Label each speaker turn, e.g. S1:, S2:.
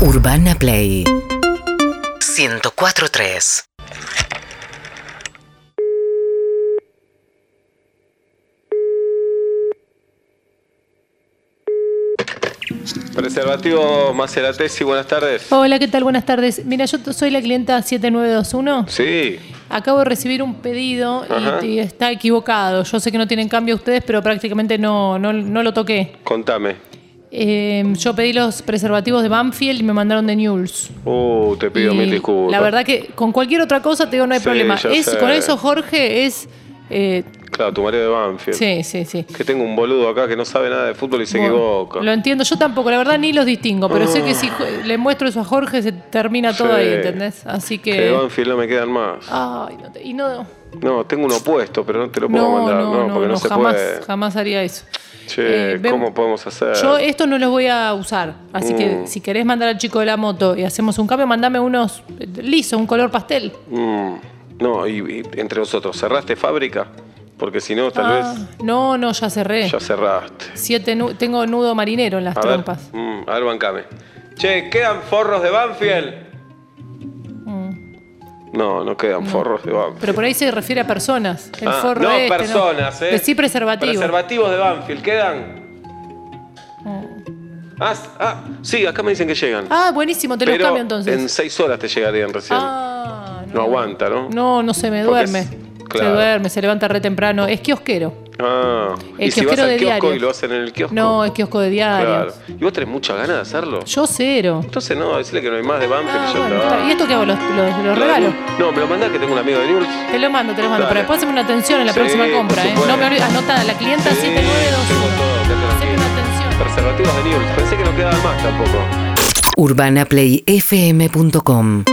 S1: Urbana Play 104.3
S2: Preservativo Maceratesi, buenas tardes.
S3: Hola, ¿qué tal? Buenas tardes. Mira, yo t- soy la clienta 7921.
S2: Sí,
S3: Acabo de recibir un pedido y-
S2: Ajá.
S3: y, está equivocado. Yo sé que no tienen cambio ustedes, pero prácticamente no, no, no lo toqué.
S2: contame.
S3: Eh, yo pedí los preservativos de Banfield y me mandaron de News.
S2: Uh, te pido mil disculpas.
S3: La verdad que con cualquier otra cosa te digo no hay
S2: Sí,
S3: problema.
S2: ya
S3: Es,
S2: sé.
S3: con eso, Jorge, es... eh,
S2: Claro, tu marido de Banfield.
S3: sí, sí, sí.
S2: Que tengo un boludo acá que no sabe nada de fútbol y se
S3: Bueno,
S2: equivoca. Ah.
S3: Lo entiendo, yo tampoco, la verdad ni los distingo, pero sé que si jo- le muestro eso a Jorge se termina todo
S2: Sí.
S3: ahí, ¿entendés? Así
S2: que de Banfield no me quedan más.
S3: Ay, no te- y no,
S2: No, tengo uno opuesto, pero no te lo puedo
S3: no,
S2: mandar.
S3: no,
S2: No,
S3: no,
S2: porque no,
S3: no,
S2: se
S3: jamás,
S2: puede.
S3: jamás haría eso.
S2: Che,
S3: Eh, ven-
S2: ¿cómo podemos hacer?
S3: Yo esto no los voy a usar, así
S2: Mm.
S3: que si querés mandar al chico de la moto y hacemos un cambio, mandame unos eh, liso, un color pastel.
S2: Mm, no, y, y entre nosotros, ¿cerraste fábrica? Porque si no, tal
S3: Ah, no, no, ya cerré.
S2: vez ya cerraste.
S3: Siete nu- tengo nudo marinero en las
S2: A ver,
S3: trompas.
S2: mm, a ver, bancame. Che, ¿quedan forros de Banfield? No, no quedan forros de Banfield.
S3: Mm. Pero por ahí se refiere a personas. El
S2: Ah,
S3: forro
S2: no,
S3: este,
S2: personas, ¿eh?
S3: Decí preservativo.
S2: Preservativos de Banfield, ¿quedan? Ah, s- ah, sí, acá me dicen que llegan.
S3: Mm. Ah, buenísimo, te los
S2: Pero
S3: cambio entonces.
S2: en seis horas te llegarían recién.
S3: Ah,
S2: No aguanta, ¿no?
S3: No, no se me
S2: Porque
S3: duerme.
S2: es- claro.
S3: Se duerme, se levanta re temprano. Es kiosquero.
S2: Ah,
S3: El
S2: y si vas
S3: kiosquero
S2: al
S3: de
S2: kiosco
S3: diarios.
S2: y lo hacen en el kiosco.
S3: No, es kiosco de
S2: claro.
S3: diarios.
S2: ¿Y vos tenés muchas ganas de hacerlo?
S3: Yo cero.
S2: Entonces no, decirle que no hay más de Banfield y
S3: Ah,
S2: yo
S3: bueno,
S2: trabajo.
S3: está bien. ¿Y esto qué hago? ¿Los, los, los regalo?
S2: No, me lo mandás que tengo un amigo de News.
S3: Te lo mando, te lo mando.
S2: Dale.
S3: Para después hacerme una atención en la
S2: Sí,
S3: próxima
S2: por
S3: compra. ¿eh?
S2: supuesto.
S3: No me olvides. Anota la clienta
S2: Sí, tengo
S3: 7921.
S2: todo, quédate
S3: Haceme
S2: tranquilo.
S3: una atención.
S2: Preservativos de News. Pensé que no quedaban más tampoco.
S1: urbanaplayfm.com